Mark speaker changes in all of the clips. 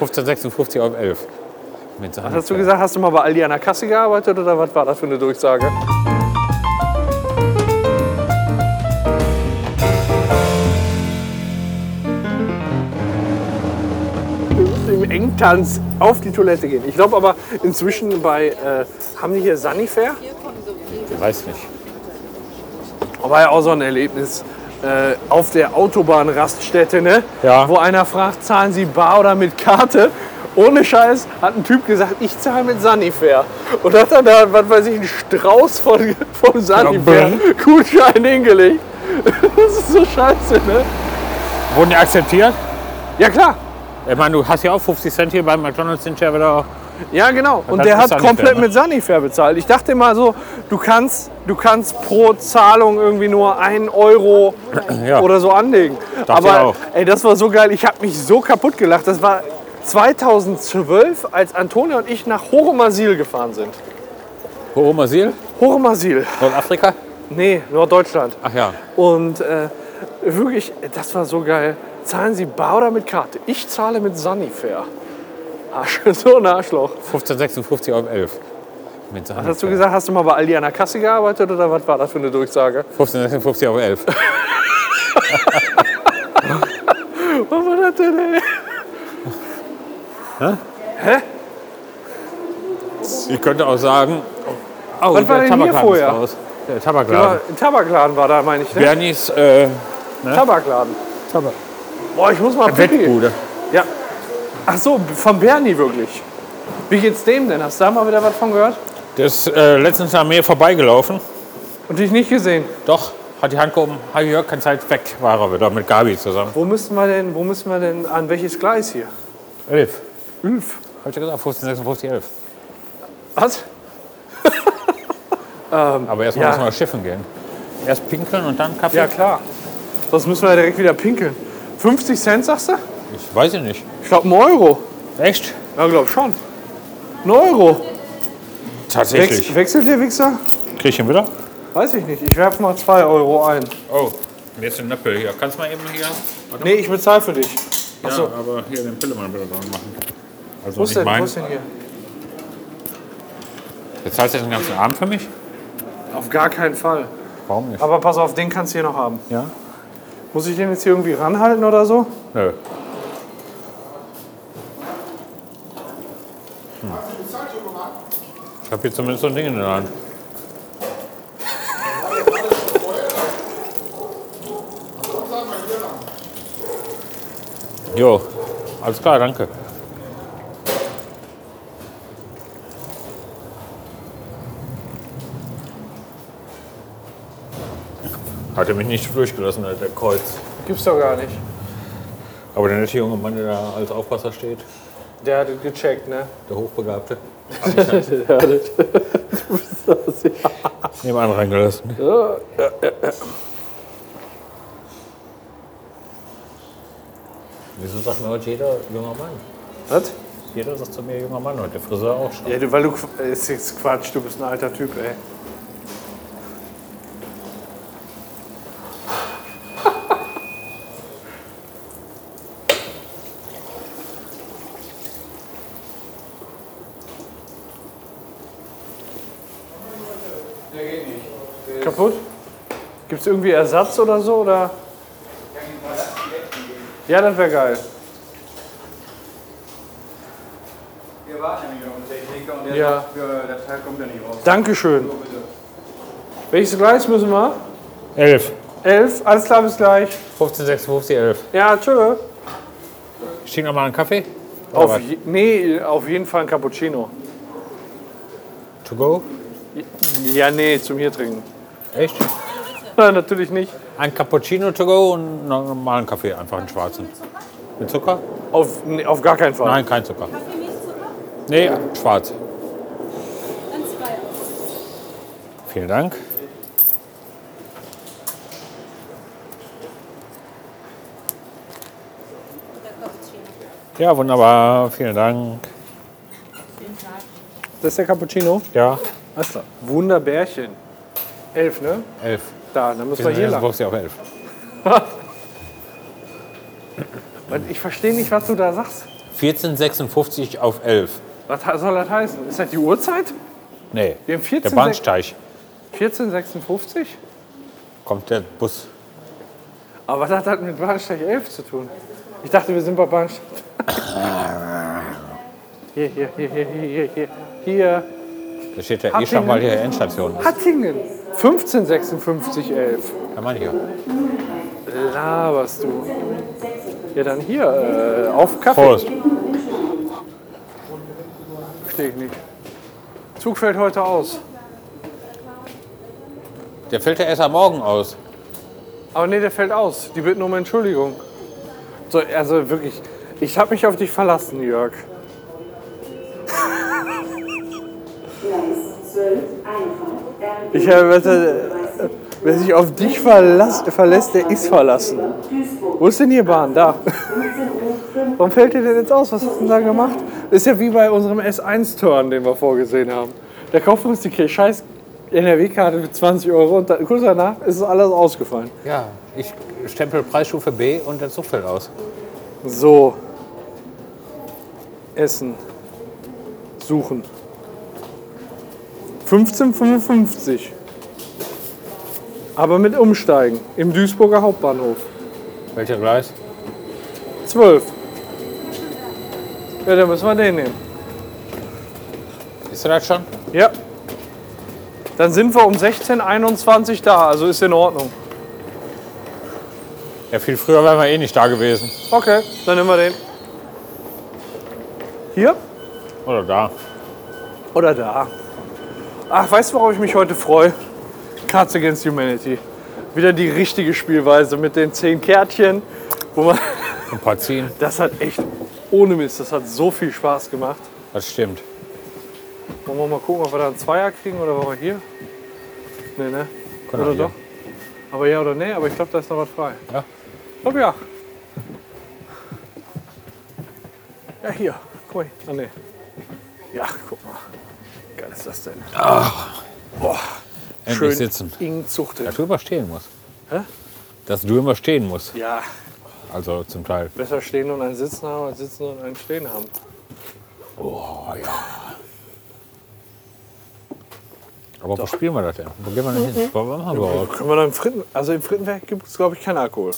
Speaker 1: 15,56 auf 11. Mit
Speaker 2: Was hast du gesagt? Hast du mal bei Aldi an der Kasse gearbeitet oder was war das für eine Durchsage? Wir müssen im Engtanz auf die Toilette gehen. Ich glaube aber inzwischen bei, äh, haben die hier Sanifair?
Speaker 1: Weiß nicht.
Speaker 2: War ja auch so ein Erlebnis äh, auf der Autobahnraststätte, ne?
Speaker 1: Ja.
Speaker 2: wo einer fragt, zahlen Sie bar oder mit Karte? Ohne Scheiß hat ein Typ gesagt, ich zahle mit Sanifair. Und hat dann da, was weiß ich, einen Strauß von, von Sanifair
Speaker 1: bäh.
Speaker 2: Gutschein hingelegt. Das ist so scheiße, ne?
Speaker 1: Wurden die akzeptiert?
Speaker 2: Ja klar,
Speaker 1: Ich meine, du hast ja auch 50 Cent hier bei McDonalds sind ja wieder.
Speaker 2: Ja, genau. Und
Speaker 1: das
Speaker 2: der
Speaker 1: ist
Speaker 2: hat
Speaker 1: Sanifair,
Speaker 2: komplett
Speaker 1: ne?
Speaker 2: mit Sanifair bezahlt. Ich dachte mal so, du kannst, du kannst pro Zahlung irgendwie nur einen Euro
Speaker 1: Ja.
Speaker 2: oder so anlegen.
Speaker 1: ich
Speaker 2: Aber
Speaker 1: auch.
Speaker 2: ey, das war so geil. Ich habe mich so kaputt gelacht. Das war 2012, als Antonia und ich nach Horemasil gefahren sind.
Speaker 1: Wo Brasil?
Speaker 2: Horemasil.
Speaker 1: Nordafrika?
Speaker 2: Nee, Norddeutschland.
Speaker 1: Ach ja.
Speaker 2: Und äh, wirklich, das war so geil. Zahlen Sie bar oder mit Karte? Ich zahle mit Sanifair. Arsch, so ein Arschloch.
Speaker 1: 15,56 auf 11. Mit
Speaker 2: Was hast du gesagt, hast du mal bei Aldi an der Kasse gearbeitet oder was war das für eine Durchsage?
Speaker 1: 15,56 auf 11.
Speaker 2: Was war das denn, ey?
Speaker 1: Ich könnte auch sagen. Oh,
Speaker 2: Was war denn hier
Speaker 1: Tabakladen
Speaker 2: vorher?
Speaker 1: Ist raus. Der
Speaker 2: Ja,
Speaker 1: Tabakladen.
Speaker 2: ein Tabakladen war da, meine ich, ne?
Speaker 1: Bernies äh,
Speaker 2: Tabakladen.
Speaker 1: Tabak.
Speaker 2: Boah, ich muss mal pipi.
Speaker 1: Wettbude.
Speaker 2: Ja. Ach so, von Bernie wirklich. Wie geht's dem denn? Hast du da mal wieder was von gehört?
Speaker 1: Der ist äh, letztens an mir vorbeigelaufen.
Speaker 2: Und dich nicht gesehen.
Speaker 1: Doch, hat die Hand gehoben. Hi Jörg, kannst halt weg, war er wieder mit Gabi zusammen.
Speaker 2: Wo müssen wir denn, wo müssen wir denn, an welches Gleis hier? Hm?
Speaker 1: 11.
Speaker 2: Ulf.
Speaker 1: Hab ich ja gesagt, 15,56, 11.
Speaker 2: Was?
Speaker 1: Aber erstmal
Speaker 2: ja.
Speaker 1: muss man schiffen gehen. Erst pinkeln und dann Kaffee?
Speaker 2: Ja, klar. Sonst müssen wir ja direkt wieder pinkeln. 50 Cent, sagst du?
Speaker 1: Ich weiß ja nicht.
Speaker 2: Ich glaube, 1 Euro.
Speaker 1: Echt?
Speaker 2: Ja, glaub schon. 1 Euro.
Speaker 1: Tatsächlich.
Speaker 2: Wechs wechselt der Wichser?
Speaker 1: Krieg ich ihn wieder?
Speaker 2: Weiß ich nicht. Ich werfe mal 2 Euro ein.
Speaker 1: Oh, mir ist ein Nöppel hier. Kannst du mal eben hier.
Speaker 2: Nee, ich bezahle für dich.
Speaker 1: Ja,
Speaker 2: so.
Speaker 1: aber hier den Pillemann bitte dran machen. Also
Speaker 2: Wo ist
Speaker 1: nicht
Speaker 2: denn, wo
Speaker 1: mein.
Speaker 2: ist denn hier?
Speaker 1: Jetzt heißt das den ganzen Abend für mich?
Speaker 2: Auf gar keinen Fall.
Speaker 1: Warum nicht?
Speaker 2: Aber pass auf, den kannst du hier noch haben.
Speaker 1: Ja?
Speaker 2: Muss ich den jetzt hier irgendwie ranhalten oder so?
Speaker 1: Nö. Ich habe hier zumindest so ein Ding in der Hand. Jo, alles klar, danke. Hat er mich nicht durchgelassen, der Kreuz.
Speaker 2: Gibt's doch gar nicht.
Speaker 1: Aber der nette junge Mann, der da als Aufpasser steht,
Speaker 2: Der hat es gecheckt, ne?
Speaker 1: der Hochbegabte,
Speaker 2: Der hat es.
Speaker 1: nebenan reingelassen. Wieso sagt mir heute jeder junger Mann?
Speaker 2: Was?
Speaker 1: Jeder sagt zu mir junger Mann heute, der Friseur auch schon.
Speaker 2: Ja, du, weil du. äh, Ist jetzt Quatsch, du bist ein alter Typ, ey.
Speaker 3: Der geht nicht. Der
Speaker 2: Kaputt? Gibt's irgendwie Ersatz oder so? Oder?
Speaker 3: kann nicht mal das Direkten gehen.
Speaker 2: Ja, das wäre geil.
Speaker 3: Wir warten nämlich auf den Techniker und der
Speaker 2: Ja.
Speaker 3: sagt, äh, der Teil kommt ja nicht raus.
Speaker 2: Dankeschön.
Speaker 3: So, bitte.
Speaker 2: Welches Gleis müssen wir?
Speaker 1: 11.
Speaker 2: Elf. Alles klar, bis gleich.
Speaker 1: 15, 56, 11.
Speaker 2: Ja, tschö.
Speaker 1: Stehen noch mal einen Kaffee? Oder
Speaker 2: Auf
Speaker 1: was?
Speaker 2: je, nee, auf jeden Fall ein Cappuccino.
Speaker 1: To go?
Speaker 2: Ja, nee, zum hier trinken.
Speaker 1: Echt?
Speaker 2: Natürlich nicht.
Speaker 1: Ein Cappuccino to go und einen normalen Kaffee, einfach einen schwarzen. Mit Zucker?
Speaker 2: Auf, nee, auf gar keinen Fall.
Speaker 1: Nein, kein Zucker. Nee, schwarz. Vielen Dank. Ja, wunderbar. Vielen Dank.
Speaker 2: Das ist der Cappuccino?
Speaker 1: Ja,
Speaker 2: Alles klar. Wunderbärchen. Elf, ne?
Speaker 1: elf.
Speaker 2: Da, dann müssen wir hier lang.
Speaker 1: brauchst Genau, ja auch elf.
Speaker 2: Ich verstehe nicht, was du da sagst.
Speaker 1: 1456 auf 11.
Speaker 2: Was he- soll das heißen? Ist das die Uhrzeit?
Speaker 1: Nee,
Speaker 2: Wir haben 14
Speaker 1: der Bahnsteig
Speaker 2: 1456?
Speaker 1: kommt der Bus.
Speaker 2: Aber was hat das mit Bahnsteig 11 zu tun? Ich dachte, wir sind bei Bahnsteig. Hier, hier, hier, hier, hier, hier, hier.
Speaker 1: Da steht ja eh
Speaker 2: Hattingen.
Speaker 1: schon mal hier Endstation.
Speaker 2: Hattingen. 1556 11.
Speaker 1: Ja, meine ich ja.
Speaker 2: Laberst du. Ja, dann hier. Äh, auf Kaffee.
Speaker 1: Prost.
Speaker 2: Verstehe ich nicht. Zug fällt heute aus.
Speaker 1: Der fällt ja erst am Morgen aus.
Speaker 2: Aber nee, der fällt aus. Die bitten um Entschuldigung. So, also wirklich, ich habe mich auf dich verlassen, Jörg. Ich habe, äh, wer sich auf dich verlasst, verlässt, der ist verlassen. Wo ist denn hier Bahn? Da. Warum fällt dir denn jetzt aus? Was hast du denn da gemacht? Ist ja wie bei unserem S1-Turn, den wir vorgesehen haben. Da kaufen wir uns die scheiß NRW-Karte für 20 Euro und dann, kurz danach ist es alles ausgefallen.
Speaker 1: Ja, ich stempel Preisstufe B und der Zug fällt aus.
Speaker 2: So. Essen. Suchen. 1555. Aber mit Umsteigen. Im Duisburger Hauptbahnhof.
Speaker 1: Welcher Gleis?
Speaker 2: 12. Ja, dann müssen wir den nehmen.
Speaker 1: Ist er das schon?
Speaker 2: Ja. Dann sind wir um 16.21 Uhr da, also ist in Ordnung.
Speaker 1: Ja, viel früher wären wir eh nicht da gewesen.
Speaker 2: Okay, dann nehmen wir den. Hier?
Speaker 1: Oder da.
Speaker 2: Oder da. Ach, weißt du, worauf ich mich heute freue? Cards Against Humanity. Wieder die richtige Spielweise mit den zehn Kärtchen, wo man.
Speaker 1: Ein paar ziehen.
Speaker 2: Das hat echt ohne Mist, das hat so viel Spaß gemacht.
Speaker 1: Das stimmt.
Speaker 2: Wollen wir mal gucken, ob wir da einen Zweier kriegen oder wollen wir hier? Nee, ne?
Speaker 1: Können
Speaker 2: oder
Speaker 1: wir
Speaker 2: doch? Aber ja oder nee, aber ich glaube, da ist noch was frei.
Speaker 1: Ja.
Speaker 2: Ich glaube ja. Ja, hier. Guck mal. hier. Ah, nee. Ja, guck mal. Wie Geil ist das denn?
Speaker 1: Endlich
Speaker 2: Schön
Speaker 1: sitzen.
Speaker 2: Ing Zuchtel.
Speaker 1: Dass du immer stehen musst.
Speaker 2: Hä?
Speaker 1: Dass du immer stehen musst.
Speaker 2: Ja,
Speaker 1: Also zum Teil.
Speaker 2: besser stehen und ein Sitzen haben als sitzen und ein Stehen haben.
Speaker 1: Oh ja. Aber wo spielen wir das denn? Wo gehen wir denn hin? Wo machen wir überhaupt?
Speaker 2: Können wir dann im Fritten, also im Frittenwerk gibt es glaube ich keinen Alkohol.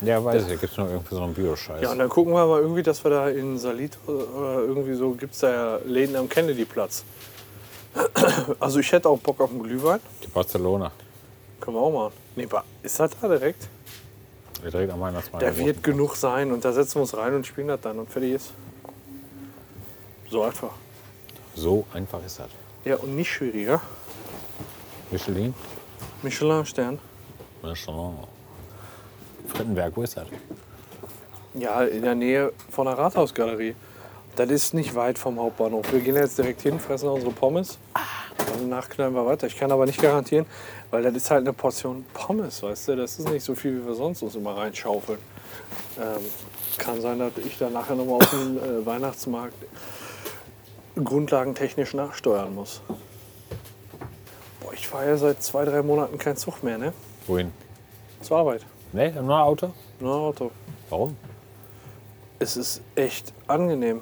Speaker 1: Ja, weiß ich. Da gibt es noch irgendwie so einen Bio-Scheiß.
Speaker 2: Ja, ne. und dann gucken wir mal irgendwie, dass wir da in Salit oder irgendwie so, gibt es da ja Läden am Kennedy-Platz. Also ich hätte auch Bock auf einen Glühwein.
Speaker 1: Die Barcelona.
Speaker 2: Können wir auch machen. Nee, aber ist das da direkt?
Speaker 1: Wir drehen am Weihnachtsmarkt.
Speaker 2: Da wird genug sein und da setzen wir uns rein und spielen das dann und fertig ist. So einfach.
Speaker 1: So einfach ist das.
Speaker 2: Ja, und nicht schwieriger.
Speaker 1: Michelin?
Speaker 2: Michelin-Stern.
Speaker 1: Michelin. Frittenberg, wo ist das?
Speaker 2: Ja, in der Nähe von der Rathausgalerie. Das ist nicht weit vom Hauptbahnhof. Wir gehen jetzt direkt hin, fressen unsere Pommes. Und danach knallen wir weiter. Ich kann aber nicht garantieren, weil das ist halt eine Portion Pommes, weißt du? Das ist nicht so viel, wie wir sonst uns immer reinschaufeln. Ähm, kann sein, dass ich dann nachher nochmal auf dem äh, Weihnachtsmarkt grundlagentechnisch nachsteuern muss. Boah, ich fahre ja seit zwei, drei Monaten keinen Zug mehr, ne?
Speaker 1: Wohin?
Speaker 2: Zur Arbeit.
Speaker 1: Ne, nur ein Auto?
Speaker 2: Nur Auto.
Speaker 1: Warum?
Speaker 2: Es ist echt angenehm.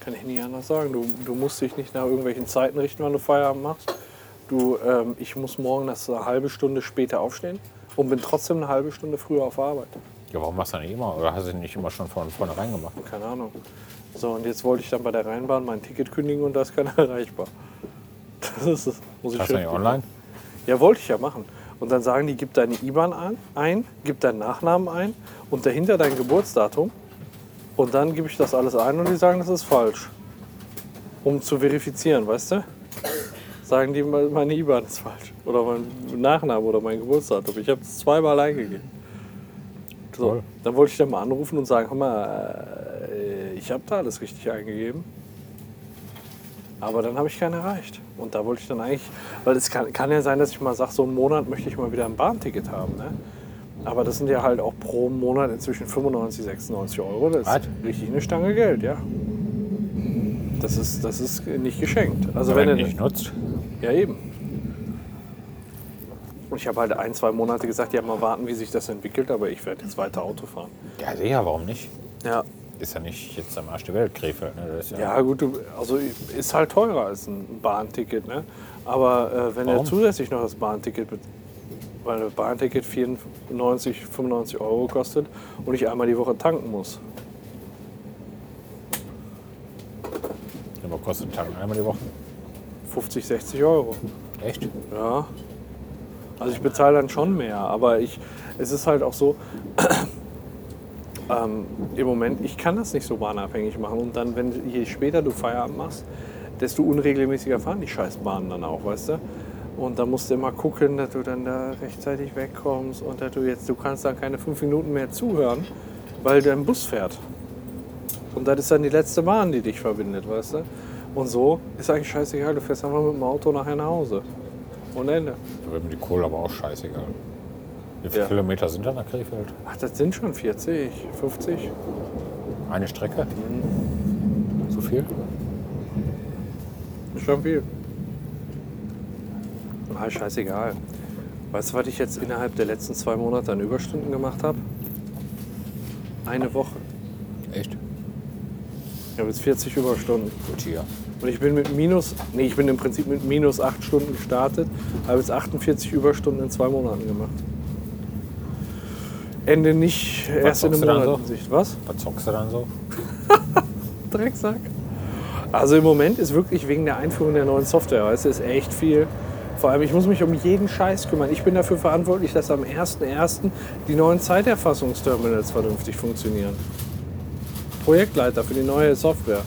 Speaker 2: Kann ich nie anders sagen. Du, du musst dich nicht nach irgendwelchen Zeiten richten, wann du Feierabend machst. Du, ähm, ich muss morgen das eine halbe Stunde später aufstehen und bin trotzdem eine halbe Stunde früher auf Arbeit.
Speaker 1: Ja, warum machst du das nicht immer? Oder hast du nicht immer schon von vornherein gemacht?
Speaker 2: Keine Ahnung. So, und jetzt wollte ich dann bei der Rheinbahn mein Ticket kündigen und da ist keiner erreichbar. Das ist es. Muss ich
Speaker 1: Hast du
Speaker 2: schon.
Speaker 1: nicht online?
Speaker 2: Ja, wollte ich ja machen. Und dann sagen die, gib deine IBAN an, ein, gib deinen Nachnamen ein und dahinter dein Geburtsdatum. Und dann gebe ich das alles ein und die sagen, das ist falsch. Um zu verifizieren, weißt du? Sagen die, me- meine IBAN ist falsch. Oder mein Nachname oder mein Geburtsdatum. Ich habe es zweimal eingegeben. So,
Speaker 1: Toll.
Speaker 2: dann wollte ich dann mal anrufen und sagen, hör mal, äh, ich habe da alles richtig eingegeben. Aber dann habe ich keinen erreicht. Und da wollte ich dann eigentlich, weil es kann, kann ja sein, dass ich mal sage, so einen Monat möchte ich mal wieder ein Bahnticket haben. Ne? Aber das sind ja halt auch pro Monat inzwischen 95, 96 Euro. Das
Speaker 1: Was?
Speaker 2: ist richtig eine Stange Geld, ja. Das ist, das ist nicht geschenkt. Also
Speaker 1: Wenn
Speaker 2: wenn,
Speaker 1: du
Speaker 2: du-
Speaker 1: nicht ne? nutzt.
Speaker 2: ja, eben. Und ich habe halt ein, zwei Monate gesagt, ja, mal warten, wie sich das entwickelt, aber ich werde jetzt weiter Auto fahren.
Speaker 1: Ja, sicher, warum nicht?
Speaker 2: Ja,
Speaker 1: ist ja nicht jetzt am Arsch der Welt, Krefeld. Ne? Das ist ja,
Speaker 2: Ja, gut, du, also ist halt teurer als ein Bahnticket, ne? Aber äh, wenn
Speaker 1: Warum?
Speaker 2: du zusätzlich noch das Bahnticket, be- weil ein Bahnticket 94, 95 Euro kostet und ich einmal die Woche tanken muss.
Speaker 1: Aber kostet Tanken einmal die Woche.
Speaker 2: 50, 60 Euro.
Speaker 1: Echt?
Speaker 2: Ja. Also ich bezahle dann schon mehr, aber ich, es ist halt auch so, ähm, im Moment, ich kann das nicht so bahnabhängig machen. Und dann, wenn je später du Feierabend machst, desto unregelmäßiger fahren die Scheißbahnen dann auch, weißt du? Und da musst du immer gucken, dass du dann da rechtzeitig wegkommst und dass du jetzt, du kannst dann keine fünf Minuten mehr zuhören, weil dein Bus fährt. Und das ist dann die letzte Bahn, die dich verbindet, weißt du? Und so ist eigentlich scheißegal, du fährst einfach mit dem Auto nachher nach Hause. Und Ende.
Speaker 1: Da wird mir die Kohle aber auch scheißegal. Wie viele
Speaker 2: Ja.
Speaker 1: Kilometer sind da nach Krefeld?
Speaker 2: Ach, das sind schon 40, 50.
Speaker 1: Eine Strecke? So viel?
Speaker 2: Ist Schon viel. Ah, scheißegal. Weißt du, was ich jetzt innerhalb der letzten zwei Monate an Überstunden gemacht habe? Eine Woche.
Speaker 1: Echt?
Speaker 2: Ich habe jetzt 40 Überstunden.
Speaker 1: Gut hier.
Speaker 2: Und ich bin mit minus, nee, ich bin im Prinzip mit minus 8 Stunden gestartet, habe jetzt 48 Überstunden in zwei Monaten gemacht. Ende nicht, erst in
Speaker 1: zockst
Speaker 2: einem
Speaker 1: du dann
Speaker 2: Monat
Speaker 1: so?
Speaker 2: in Sicht. Was?
Speaker 1: Was zockst du dann so?
Speaker 2: Drecksack. Also im Moment ist wirklich wegen der Einführung der neuen Software, weißt du, ist echt viel. Vor allem, ich muss mich um jeden Scheiß kümmern. Ich bin dafür verantwortlich, dass am 1.1. die neuen Zeiterfassungsterminals vernünftig funktionieren. Projektleiter für die neue Software.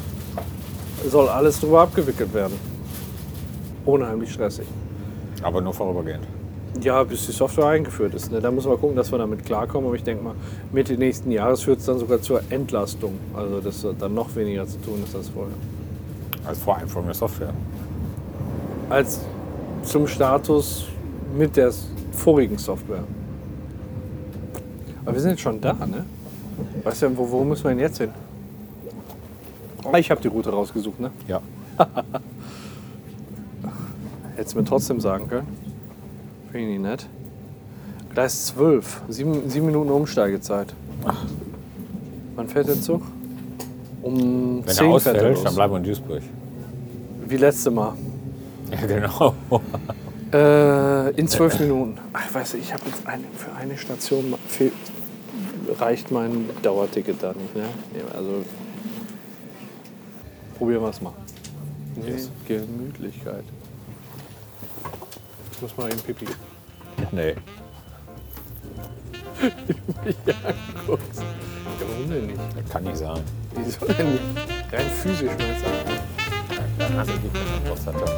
Speaker 2: Soll alles drüber abgewickelt werden. Unheimlich stressig.
Speaker 1: Aber nur vorübergehend.
Speaker 2: Ja, bis die Software eingeführt ist. Ne? Da müssen wir gucken, dass wir damit klarkommen. Aber ich denke mal, Mitte nächsten Jahres führt es dann sogar zur Entlastung. Also, dass dann noch weniger zu tun ist als vorher.
Speaker 1: Als Voreinführung Also der Software.
Speaker 2: als zum Status mit der vorigen Software. Aber wir sind jetzt schon da, ne? Weißt du, wo, wo müssen wir denn jetzt hin? Ah, ich habe die Route rausgesucht, ne?
Speaker 1: Ja.
Speaker 2: Hättest du mir trotzdem sagen können. Finde ich nicht nett. Gleis 12, sieben, sieben Minuten Umsteigezeit. Wann fährt der Zug? Um
Speaker 1: Wenn
Speaker 2: 10
Speaker 1: er
Speaker 2: fährt er
Speaker 1: ausfällt, dann
Speaker 2: los.
Speaker 1: bleiben wir in Duisburg.
Speaker 2: Wie letzte Mal.
Speaker 1: Ja, genau.
Speaker 2: Äh, in zwölf Minuten. Ach, weißt du, ich habe jetzt eine, für eine Station ma- fehl- reicht mein Dauerticket da nicht. Ne? Nee, Also probieren wir es mal. Nee, Gemütlichkeit. Ich muss mal eben Pipi.
Speaker 1: nee.
Speaker 2: ja, guck's. Ja, warum denn nicht?
Speaker 1: Das kann nicht sein.
Speaker 2: Wieso denn nicht? Rein physisch meinst du?
Speaker 1: Dann hast du die Prostata.